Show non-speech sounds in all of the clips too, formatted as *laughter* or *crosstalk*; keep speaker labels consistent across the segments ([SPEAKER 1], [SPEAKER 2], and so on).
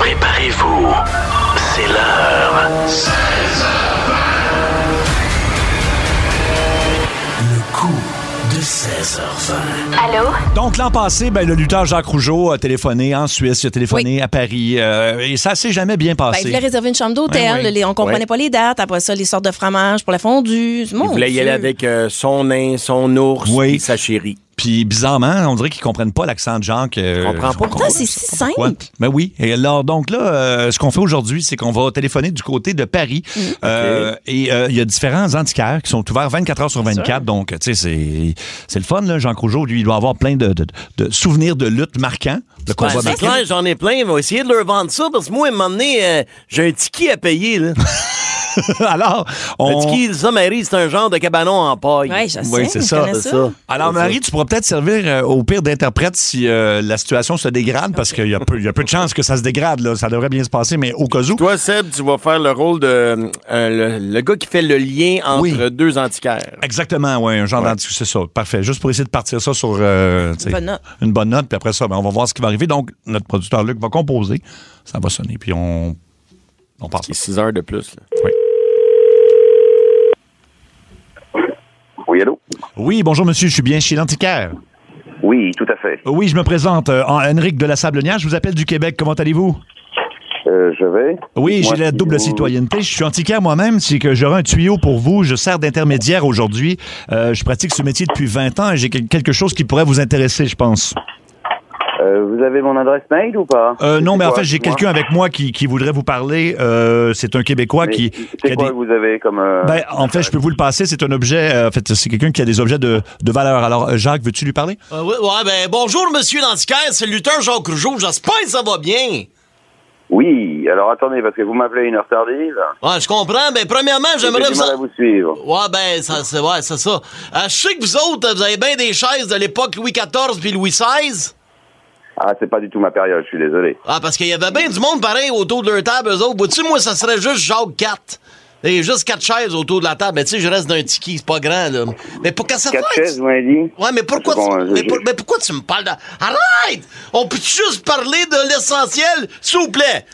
[SPEAKER 1] Préparez-vous, c'est l'heure. Le coup de 16h20.
[SPEAKER 2] Allô?
[SPEAKER 3] Donc, l'an passé, ben, le lutteur Jacques Rougeau a téléphoné en Suisse, il a téléphoné à Paris, euh, et ça s'est jamais bien
[SPEAKER 4] Ben, il
[SPEAKER 3] passé.
[SPEAKER 4] voulait réserver une chambre d'hôtel.
[SPEAKER 3] Ah, Ouais, ouais.
[SPEAKER 4] les- On comprenait
[SPEAKER 5] Ouais.
[SPEAKER 4] pas les dates. Après ça, les sortes de fromage pour la fondue. Mon
[SPEAKER 5] Il voulait y
[SPEAKER 4] Dieu.
[SPEAKER 5] aller avec euh, son nain, son ours,
[SPEAKER 3] Oui.
[SPEAKER 5] puis sa chérie.
[SPEAKER 3] Puis, bizarrement, on dirait qu'ils comprennent pas l'accent de Jacques. euh,
[SPEAKER 5] On comprend pas.
[SPEAKER 4] Pourtant, c'est si simple.
[SPEAKER 3] Ouais. Ben oui. Et alors, donc là, euh, ce qu'on fait aujourd'hui, c'est qu'on va téléphoner du côté de Paris.
[SPEAKER 4] Mm.
[SPEAKER 3] Euh, Et euh, il y a différents antiquaires qui sont ouverts 24 heures sur 24. Donc, tu sais, c'est- c'est le fun. Là. Jean Rougeau, lui, il doit avoir plein de, de- de souvenirs de lutte marquants. De
[SPEAKER 5] Ouais,
[SPEAKER 3] combats
[SPEAKER 5] c'est
[SPEAKER 3] marquants.
[SPEAKER 5] clair, j'en ai plein. Il va essayer de leur vendre ça parce que moi, à un moment donné, euh, j'ai un ticket à
[SPEAKER 3] *laughs*
[SPEAKER 5] payer. Là.
[SPEAKER 3] *laughs* alors,
[SPEAKER 5] Un
[SPEAKER 3] on...
[SPEAKER 5] ticket, ça, Marie, c'est un genre de cabanon en paille.
[SPEAKER 4] Ouais, je
[SPEAKER 3] Oui, c'est
[SPEAKER 4] sais, je
[SPEAKER 3] ça,
[SPEAKER 4] connais
[SPEAKER 5] c'est ça.
[SPEAKER 3] Alors,
[SPEAKER 5] C'est
[SPEAKER 3] Marie, tu pourras peut-être servir euh, au pire d'interprète si euh, la situation se dégrade, parce qu'il y, a peu- il y a peu de chances que ça se dégrade. Là. Ça devrait bien se passer, mais au cas où.
[SPEAKER 5] Toi, Seb, tu vas faire le rôle de euh, euh, le, le gars qui fait le lien entre
[SPEAKER 3] Oui.
[SPEAKER 5] deux antiquaires.
[SPEAKER 3] Exactement, oui, un genre
[SPEAKER 5] Ouais.
[SPEAKER 3] d'anti, c'est ça. Parfait. Juste pour essayer de partir ça sur euh, tu sais,
[SPEAKER 4] bonne note.
[SPEAKER 3] une bonne note, puis après ça, ben, on va voir ce qui va arriver. Donc, notre producteur Luc va composer, ça va sonner, puis on, on passe.
[SPEAKER 5] C'est 6 heures de plus. là.
[SPEAKER 3] Oui.
[SPEAKER 6] Oui, allô?
[SPEAKER 3] Oui, bonjour monsieur, je suis bien chez l'antiquaire.
[SPEAKER 6] Oui, tout à fait.
[SPEAKER 3] Oui, je me présente, euh, en- Henrik de la Sablonnière, je vous appelle du Québec, comment allez-vous?
[SPEAKER 6] Euh, je vais.
[SPEAKER 3] Oui,
[SPEAKER 6] Moi, euh,
[SPEAKER 3] j'ai la
[SPEAKER 6] si
[SPEAKER 3] double
[SPEAKER 6] vous-
[SPEAKER 3] citoyenneté. Je suis antiquaire moi-même, c'est que j'aurai un tuyau pour vous. Je sers d'intermédiaire aujourd'hui. Euh, je pratique ce métier depuis 20 ans et j'ai quel- quelque chose qui pourrait vous intéresser, je pense.
[SPEAKER 6] Euh, vous avez mon adresse mail ou pas?
[SPEAKER 3] Euh, non,
[SPEAKER 6] C'est
[SPEAKER 3] mais en
[SPEAKER 6] quoi,
[SPEAKER 3] fait, j'ai
[SPEAKER 6] dites-moi?
[SPEAKER 3] quelqu'un avec moi qui, qui voudrait vous parler. Euh, c'est un Québécois
[SPEAKER 6] Mais
[SPEAKER 3] qui... qui
[SPEAKER 6] C'est
[SPEAKER 3] a
[SPEAKER 6] quoi
[SPEAKER 3] des-
[SPEAKER 6] que vous avez comme. euh,
[SPEAKER 3] Ben, en fait, je peux vous le passer. C'est un objet... euh, en fait, c'est quelqu'un qui a des objets de, de valeur. Alors, euh, Jacques, veux-tu lui parler?
[SPEAKER 7] Euh, oui, ouais, ben, bonjour, monsieur l'antiquaire, c'est le lutteur Jacques Rougeau. J'espère que ça va bien.
[SPEAKER 6] Oui, alors attendez, parce que vous m'appelez à une heure tardive.
[SPEAKER 7] Ouais, je comprends. Ben, premièrement,
[SPEAKER 6] J'ai
[SPEAKER 7] j'aimerais
[SPEAKER 6] du
[SPEAKER 7] vous.
[SPEAKER 6] mal à
[SPEAKER 7] en-
[SPEAKER 6] vous suivre.
[SPEAKER 7] Ouais, ben, ça, c'est ouais, c'est ça. Euh, je sais que vous autres, euh, vous avez bien des chaises de l'époque Louis XIV puis Louis XVI.
[SPEAKER 6] Ah, c'est pas du tout ma période, je suis désolé.
[SPEAKER 7] Ah, parce qu'il y avait bien du monde pareil autour de leur table, eux autres. Vois-tu, moi, ça serait juste Jacques 4. Et juste quatre chaises autour de la table. Mais tu sais, je reste d'un tiki, c'est pas grand, là. Mais pour que ça
[SPEAKER 6] Quatre
[SPEAKER 7] fasse-
[SPEAKER 6] chaises, vous m'avez dit?
[SPEAKER 7] Ah, Ouais, mais pourquoi,
[SPEAKER 6] C'est bon,
[SPEAKER 7] tu,
[SPEAKER 6] je-
[SPEAKER 7] mais,
[SPEAKER 6] je-
[SPEAKER 7] pour- mais pourquoi tu me parles de... Arrête! On peut juste parler de l'essentiel, s'il vous plaît?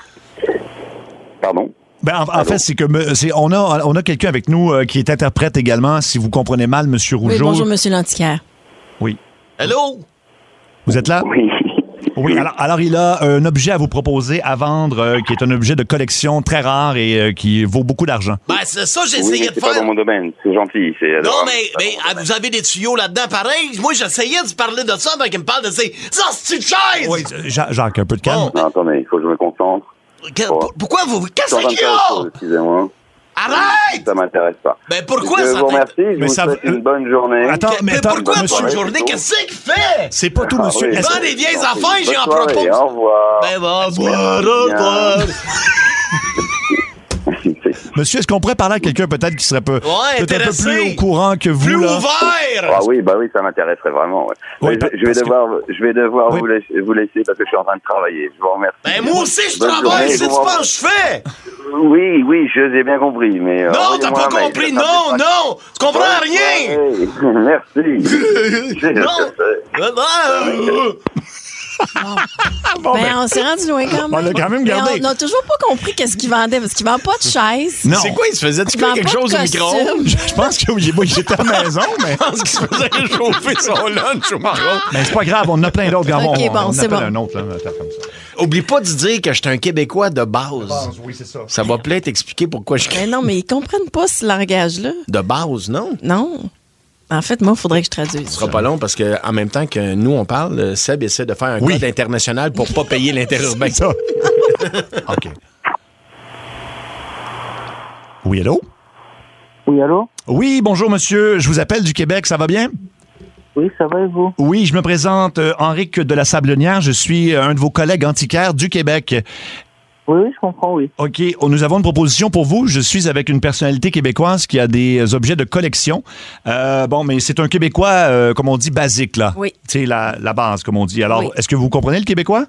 [SPEAKER 6] Pardon? *laughs*
[SPEAKER 3] Ben, en, en fait, c'est que me- c'est, on a, on a quelqu'un avec nous euh, qui est interprète également. Si vous comprenez mal, Monsieur
[SPEAKER 4] Oui,
[SPEAKER 3] Rougeau,
[SPEAKER 4] bonjour, monsieur l'antiquaire.
[SPEAKER 7] Hello?
[SPEAKER 3] vous êtes là?
[SPEAKER 6] Oui.
[SPEAKER 3] Oui, alors, alors il a euh, un objet à vous proposer à vendre euh, qui est un objet de collection très rare et euh, qui vaut beaucoup d'argent.
[SPEAKER 7] Ben, c'est ça, j'ai
[SPEAKER 6] Oui,
[SPEAKER 7] essayé
[SPEAKER 6] mais
[SPEAKER 7] de
[SPEAKER 6] c'est pas
[SPEAKER 7] faire.
[SPEAKER 6] dans mon domaine, c'est gentil. c'est hein.
[SPEAKER 7] Non,
[SPEAKER 6] adorable,
[SPEAKER 7] mais,
[SPEAKER 6] c'est pas
[SPEAKER 7] mais
[SPEAKER 6] dans mon
[SPEAKER 7] ah,
[SPEAKER 6] domaine.
[SPEAKER 7] vous avez des tuyaux là-dedans, pareil. Moi, j'essayais de parler de ça, mais qu'il me parle de ces astuces chaises!
[SPEAKER 3] Oui, euh, Ja- Jacques, un peu de calme.
[SPEAKER 6] Non, attendez, il faut que je me concentre.
[SPEAKER 7] Que-
[SPEAKER 6] Oh.
[SPEAKER 7] pour- Pourquoi vous... Qu'est-ce
[SPEAKER 6] 125
[SPEAKER 7] qu'il y a?
[SPEAKER 6] choses, excusez-moi.
[SPEAKER 7] Arrête!
[SPEAKER 6] Ça m'intéresse pas.
[SPEAKER 7] Ben, pourquoi
[SPEAKER 6] je
[SPEAKER 7] ça
[SPEAKER 6] vous
[SPEAKER 7] t'in-
[SPEAKER 6] remercie, je
[SPEAKER 3] Mais
[SPEAKER 6] vous
[SPEAKER 3] ça
[SPEAKER 6] souhaite
[SPEAKER 3] veut-
[SPEAKER 6] une bonne journée.
[SPEAKER 3] Attends,
[SPEAKER 7] Que-
[SPEAKER 3] mais
[SPEAKER 7] mais
[SPEAKER 3] attends,
[SPEAKER 7] pourquoi,
[SPEAKER 3] monsieur-
[SPEAKER 7] bonne journée? Qu'est-ce qu'il fait?
[SPEAKER 3] C'est pas tout,
[SPEAKER 6] Ah,
[SPEAKER 3] monsieur.
[SPEAKER 6] oui,
[SPEAKER 3] Est-ce-
[SPEAKER 7] Vends des vieilles
[SPEAKER 6] Bonne
[SPEAKER 7] affaires, j'en
[SPEAKER 6] soirée,
[SPEAKER 7] propose.
[SPEAKER 6] Au revoir.
[SPEAKER 7] *laughs*
[SPEAKER 6] *laughs*
[SPEAKER 7] Ben, va boire,
[SPEAKER 6] Merci bien.
[SPEAKER 7] boire.
[SPEAKER 3] Monsieur, est-ce qu'on pourrait parler à quelqu'un peut-être qui serait peu,
[SPEAKER 7] Ouais,
[SPEAKER 3] peut-être un peu plus
[SPEAKER 7] intéressé.
[SPEAKER 3] au courant que vous?
[SPEAKER 7] Plus
[SPEAKER 3] là?
[SPEAKER 7] ouvert!
[SPEAKER 6] Ah oui, bah oui, ça m'intéresserait vraiment. ouais.
[SPEAKER 3] Ouais,
[SPEAKER 6] Mais
[SPEAKER 3] pa-
[SPEAKER 6] je, je vais
[SPEAKER 3] parce que-
[SPEAKER 6] devoir, je vais devoir
[SPEAKER 3] Oui.
[SPEAKER 6] vous, laisser, vous laisser parce que je suis en train de travailler. Je vous remercie.
[SPEAKER 7] Ben, moi aussi, je
[SPEAKER 6] Bonne
[SPEAKER 7] travaille,
[SPEAKER 6] journée,
[SPEAKER 7] si tu
[SPEAKER 6] au revoir.
[SPEAKER 7] penses que je fais!
[SPEAKER 6] Oui, oui, je j'ai bien compris, mais euh,
[SPEAKER 7] Non, t'as
[SPEAKER 6] envoyez-moi
[SPEAKER 7] pas
[SPEAKER 6] un mail,
[SPEAKER 7] compris!
[SPEAKER 6] ça me
[SPEAKER 7] Non,
[SPEAKER 6] fait
[SPEAKER 7] non! Tu
[SPEAKER 6] *laughs* pas-
[SPEAKER 7] comprends rien!
[SPEAKER 6] Ouais, Merci. *laughs* C'est-
[SPEAKER 7] *laughs* Non. Ah, ah,
[SPEAKER 4] Ben, on s'est rendu loin quand même.
[SPEAKER 3] On l'a quand même gardé.
[SPEAKER 4] Mais on n'a toujours pas compris qu'est-ce qu'il vendait, parce qu'il vend pas de chaise.
[SPEAKER 3] Non.
[SPEAKER 7] C'est quoi, il se faisait
[SPEAKER 4] Il
[SPEAKER 7] tu
[SPEAKER 4] vend
[SPEAKER 7] quelque
[SPEAKER 4] pas de
[SPEAKER 7] chose au micro?
[SPEAKER 3] *laughs*
[SPEAKER 4] costume.
[SPEAKER 3] Je je pense que oui, moi, j'étais à la maison, mais,
[SPEAKER 7] *laughs* Je pense qu'il se faisait chauffer son lunch au
[SPEAKER 5] Ah!
[SPEAKER 7] micro.
[SPEAKER 3] mais c'est pas grave, on en a plein d'autres. Gavon.
[SPEAKER 4] Ok,
[SPEAKER 3] on,
[SPEAKER 4] bon,
[SPEAKER 3] on
[SPEAKER 4] c'est
[SPEAKER 3] appelle
[SPEAKER 4] bon.
[SPEAKER 3] un autre, là, une affaire comme ça.
[SPEAKER 7] Oublie pas de dire que je suis un Québécois de base.
[SPEAKER 3] Oui, c'est ça.
[SPEAKER 7] Ça va peut-être expliquer pourquoi je
[SPEAKER 4] Mais Ben, non, mais ils comprennent pas ce langage-là.
[SPEAKER 7] de base, non?
[SPEAKER 4] Non. En fait, moi, il faudrait que je traduise.
[SPEAKER 7] Ce sera pas long parce que en même temps que nous on parle, euh, Seb essaie de faire un
[SPEAKER 3] Oui.
[SPEAKER 7] code international pour pas payer l'interurbain.
[SPEAKER 3] ça. OK. Oui, allô?
[SPEAKER 8] Oui, allô?
[SPEAKER 3] Oui, bonjour, monsieur. Je vous appelle du Québec. Ça va bien?
[SPEAKER 8] Oui, ça va et vous?
[SPEAKER 3] Oui, je me présente, euh, Henrique de la Sablonnière. Je suis euh, un de vos collègues antiquaires du Québec.
[SPEAKER 8] Oui, oui, je comprends, oui.
[SPEAKER 3] OK, oh, nous avons une proposition pour vous. Je suis avec une personnalité québécoise qui a des euh, objets de collection. Euh, bon, mais c'est un Québécois, euh, comme on dit, basique, là.
[SPEAKER 4] Oui.
[SPEAKER 3] Tu sais, la, la base, comme on dit. Alors,
[SPEAKER 4] Oui.
[SPEAKER 3] est-ce que vous comprenez le Québécois?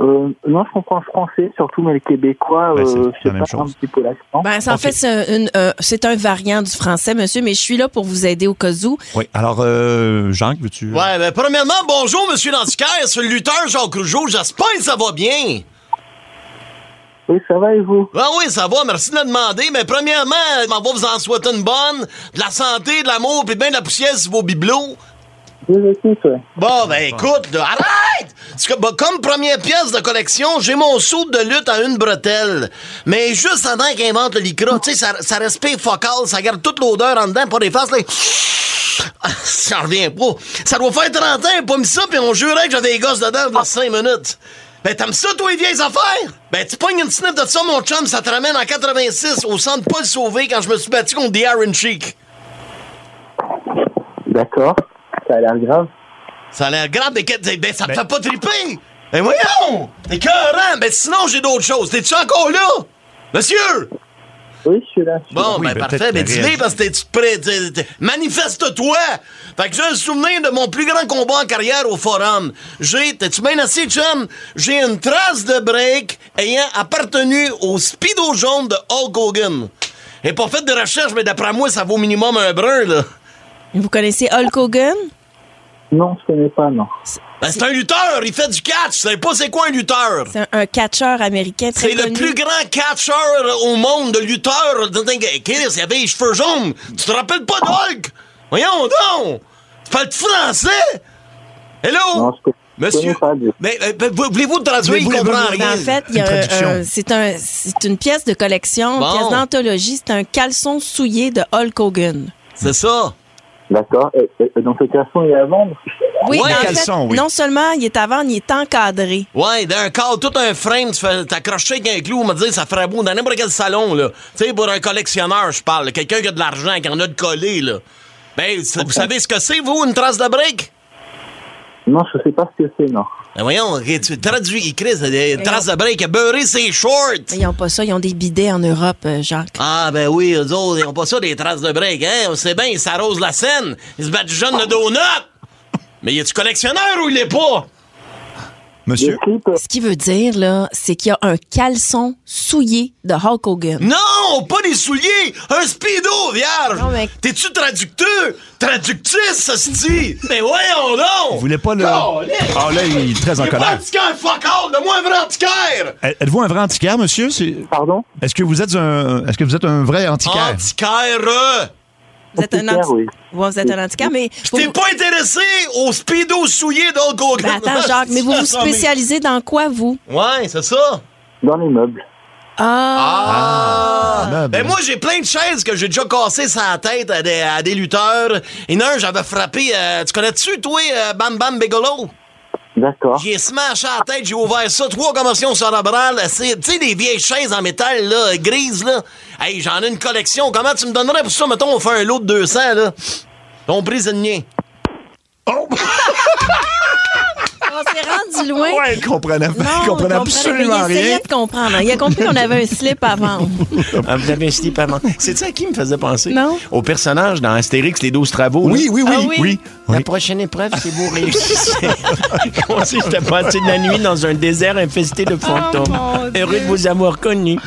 [SPEAKER 8] Euh, non, je comprends le français, surtout, mais les Québécois,
[SPEAKER 3] Ben, c'est
[SPEAKER 8] euh,
[SPEAKER 3] la
[SPEAKER 8] je
[SPEAKER 3] même
[SPEAKER 8] sais pas un
[SPEAKER 3] chose.
[SPEAKER 8] petit peu l'accent.
[SPEAKER 4] Ben, ça, en
[SPEAKER 3] Ok.
[SPEAKER 4] fait, c'est un, une, euh, c'est un variant du français, monsieur, mais je suis là pour vous aider au cas où.
[SPEAKER 3] Oui. Alors, euh, Jacques, veux-tu...
[SPEAKER 7] *laughs* Ouais, ben premièrement, bonjour, monsieur l'antiquaire, c'est le lutteur Jacques Rougeau, j'espère que ça va bien.
[SPEAKER 8] Oui, ça va et vous
[SPEAKER 7] Ah oui, ça va, merci de le demander. Mais premièrement, euh, m'en va vous en souhaiter une bonne, de la santé, de l'amour, puis bien de la poussière sur vos bibelots.
[SPEAKER 8] Vous aussi, ouais.
[SPEAKER 7] Bon, ben écoute, là, arrête! Parce que, bah, comme première pièce de collection, j'ai mon saut de lutte à une bretelle. Mais juste avant qu'il invente le lycra, tu sais, ça, ça respire focal, ça garde toute l'odeur en dedans, pas des faces, là. *laughs* Ah, J'en reviens pas. Ça doit faire 30 ans, j'ai pas mis ça, puis on jurait que j'avais des gosses dedans pour 5 minutes. Ben, t'aimes ça, toi, les vieilles affaires? Ben, tu pognes une sniff de ça, mon chum, ça te ramène en 86 au centre Paul Sauvé quand je me suis battu contre des Iron Cheek.
[SPEAKER 8] D'accord. Ça a l'air grave.
[SPEAKER 7] Ça a l'air grave, mais que- ben, ça me fait pas triper! Ben voyons! T'es coeurant! Ben sinon, j'ai d'autres choses. T'es-tu encore là? Monsieur!
[SPEAKER 8] Oui, je suis là. je suis
[SPEAKER 7] Bon,
[SPEAKER 3] Oui,
[SPEAKER 7] ben
[SPEAKER 3] ben,
[SPEAKER 7] parfait,
[SPEAKER 3] peut-être
[SPEAKER 7] ben
[SPEAKER 3] que
[SPEAKER 7] dis-le
[SPEAKER 3] réagis.
[SPEAKER 7] parce que t'es-tu prêt? t'es- t'es- Manifeste-toi! Fait que j'ai un souvenir de mon plus grand combat en carrière au forum. J'ai, t'es-tu bien assis, chum? J'ai une trace de break ayant appartenu au speedo jaune de Hulk Hogan. Et pas fait de recherche, mais d'après moi, ça vaut minimum un brun, là.
[SPEAKER 4] Vous connaissez Hulk Hogan?
[SPEAKER 8] là. Non, je connais pas, non.
[SPEAKER 7] Ben c'est un lutteur, il fait du catch. Tu sais pas c'est quoi un lutteur?
[SPEAKER 4] C'est un, un catcheur américain très
[SPEAKER 7] C'est le
[SPEAKER 4] connu.
[SPEAKER 7] plus grand catcheur au monde de lutteurs. Chris, il avait les cheveux jaunes. Tu te rappelles pas d'Hulk? Voyons donc! Tu parles français?
[SPEAKER 8] Non,
[SPEAKER 7] Hello?
[SPEAKER 8] je connais, je
[SPEAKER 7] Monsieur,
[SPEAKER 8] connais pas. du-
[SPEAKER 7] mais euh, ben, vou- voulez-vous le traduire? Il
[SPEAKER 3] Voulez-vous-
[SPEAKER 7] comprend
[SPEAKER 4] Mais
[SPEAKER 7] rien.
[SPEAKER 4] ben, En fait, il y a
[SPEAKER 3] Une
[SPEAKER 4] un-
[SPEAKER 3] traduction.
[SPEAKER 4] un- c'est un, c'est une pièce de collection,
[SPEAKER 7] Bon.
[SPEAKER 4] une pièce d'anthologie. C'est un caleçon souillé de Hulk Hogan.
[SPEAKER 7] C'est ça.
[SPEAKER 8] D'accord. Et- et- et Donc, le garçon est à vendre
[SPEAKER 4] Oui,
[SPEAKER 7] Ouais,
[SPEAKER 4] Ben, en fait,
[SPEAKER 3] caleçon, oui.
[SPEAKER 4] non seulement il est à vendre, il est encadré.
[SPEAKER 7] Ouais, d'un corps, tout un frame, tu fais- t'accroches ça avec un clou, on m'a dit, ça ferait beau dans n'importe quel salon, là. Tu sais, pour un collectionneur, je parle, quelqu'un qui a de l'argent, qui en a de collé, là. Ben, c- vous savez ce que c'est, vous, une trace de brique?
[SPEAKER 8] Non, je sais pas ce que c'est, non.
[SPEAKER 7] Ben voyons, ok, tu traduis, Chris, une trace de break, il a beurré ses shorts.
[SPEAKER 4] Mais Ils n'ont pas ça, ils ont des bidets en Europe, euh, Jacques.
[SPEAKER 7] Ah, ben oui, eux autres, ils ont pas ça, des traces de break, hein. On sait bien, ils s'arrosent la scène. Ils se battent jeunes de donuts. Mais y a-tu collectionneur ou il est pas?
[SPEAKER 3] Monsieur?
[SPEAKER 8] Le clip, euh,
[SPEAKER 4] Ce qui veut dire, là, c'est qu'il y a un caleçon souillé de Hulk
[SPEAKER 7] Mmh.
[SPEAKER 4] Hogan.
[SPEAKER 7] Non, pas des souliers, un speedo, vierge.
[SPEAKER 4] Non, mais-
[SPEAKER 7] T'es-tu traducteur? Traductrice, ça se dit. Mais voyons donc.
[SPEAKER 3] Vous voulez pas le.
[SPEAKER 7] Oh,
[SPEAKER 3] Ah là, il est très en
[SPEAKER 7] T'es pas
[SPEAKER 3] colère.
[SPEAKER 7] antiquaire, fuck all, de moi un vrai antiquaire.
[SPEAKER 3] Ê- Êtes-vous un vrai antiquaire, monsieur? C'est-
[SPEAKER 8] Pardon
[SPEAKER 3] Est-ce que vous êtes un. Est-ce que vous êtes un vrai
[SPEAKER 4] Ah,
[SPEAKER 3] antiquaire?
[SPEAKER 7] Antiquaire. euh.
[SPEAKER 4] Vous êtes un
[SPEAKER 8] Antiquaire,
[SPEAKER 4] anti-
[SPEAKER 8] oui.
[SPEAKER 4] Ouais, vous êtes un antiquaire, mais...
[SPEAKER 7] Je t'ai
[SPEAKER 4] vous-
[SPEAKER 7] pas intéressé au speedo souillé d'Hulk
[SPEAKER 4] Ben,
[SPEAKER 7] Hogan. *laughs*
[SPEAKER 4] attends, Jacques, mais vous vous spécialisez dans quoi, vous?
[SPEAKER 7] Ouais, c'est ça.
[SPEAKER 8] Dans les meubles.
[SPEAKER 4] Ah!
[SPEAKER 7] Ah!
[SPEAKER 3] Ah,
[SPEAKER 7] ben
[SPEAKER 3] ben.
[SPEAKER 7] moi, j'ai plein de chaises que j'ai déjà cassées sa tête à des, à des lutteurs. Et non, j'avais frappé... euh, tu connais-tu, toi, euh, Bam Bam Bigelow?
[SPEAKER 8] D'accord.
[SPEAKER 7] J'ai smashé à la tête, j'ai ouvert ça, trois commotions cérébrales. C'est- Tu sais, des vieilles chaises en métal, là, grises, là. Hey, j'en ai une collection. Comment tu me donnerais pour ça? Mettons, on fait un lot de 200, là. Ton prisonnier. Ah.
[SPEAKER 4] On s'est rendu loin.
[SPEAKER 3] Ouais, il comprenait, il
[SPEAKER 4] Non,
[SPEAKER 3] comprenait
[SPEAKER 4] il comprenait,
[SPEAKER 3] absolument
[SPEAKER 4] mais il essayait
[SPEAKER 3] rien.
[SPEAKER 4] de comprendre. Il a compris qu'on avait un slip à vendre.
[SPEAKER 5] Ah, vous avez un slip à main. C'est ça qui me faisait penser?
[SPEAKER 4] Non.
[SPEAKER 5] Au personnage dans Astérix, les 12 travaux. là.
[SPEAKER 3] Oui, oui, oui.
[SPEAKER 4] Ah oui?
[SPEAKER 3] oui.
[SPEAKER 5] La prochaine épreuve, c'est *laughs* vous réussissez. Moi aussi, j'étais passé de la nuit dans un désert infesté de fantômes.
[SPEAKER 4] mon
[SPEAKER 5] Heureux de vous avoir connu.